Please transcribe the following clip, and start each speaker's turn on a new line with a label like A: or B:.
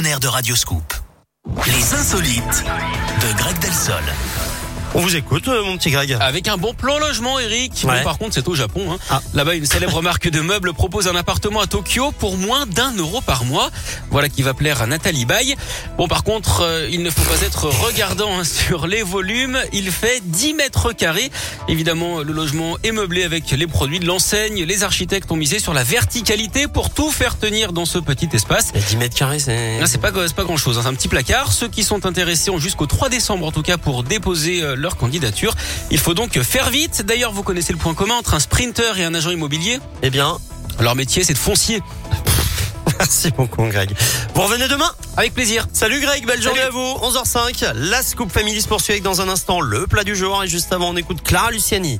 A: partenaire de Radio Scoop. Les Insolites de Greg Delsol.
B: On vous écoute, euh, mon petit Greg.
C: Avec un bon plan logement, Eric.
B: Ouais.
C: Mais par contre, c'est au Japon. hein.
B: Ah.
C: Là-bas, une célèbre marque de meubles propose un appartement à Tokyo pour moins d'un euro par mois. Voilà qui va plaire à Nathalie Baye. Bon, par contre, euh, il ne faut pas être regardant hein, sur les volumes. Il fait 10 mètres carrés. Évidemment, le logement est meublé avec les produits de l'enseigne. Les architectes ont misé sur la verticalité pour tout faire tenir dans ce petit espace.
B: Mais 10 mètres carrés, c'est...
C: Là, c'est pas, c'est pas grand chose. C'est un petit placard. Ceux qui sont intéressés ont jusqu'au 3 décembre, en tout cas, pour déposer euh, leur candidature. Il faut donc faire vite. D'ailleurs, vous connaissez le point commun entre un sprinter et un agent immobilier.
B: Eh bien,
C: Leur métier, c'est de foncier.
B: merci beaucoup, Greg. Vous revenez demain
C: Avec plaisir.
B: Salut Greg, belle journée
C: Salut.
B: à vous. 11h05, la Scoop Family se poursuit avec dans un instant le plat du jour. Et juste avant, on écoute Clara Luciani.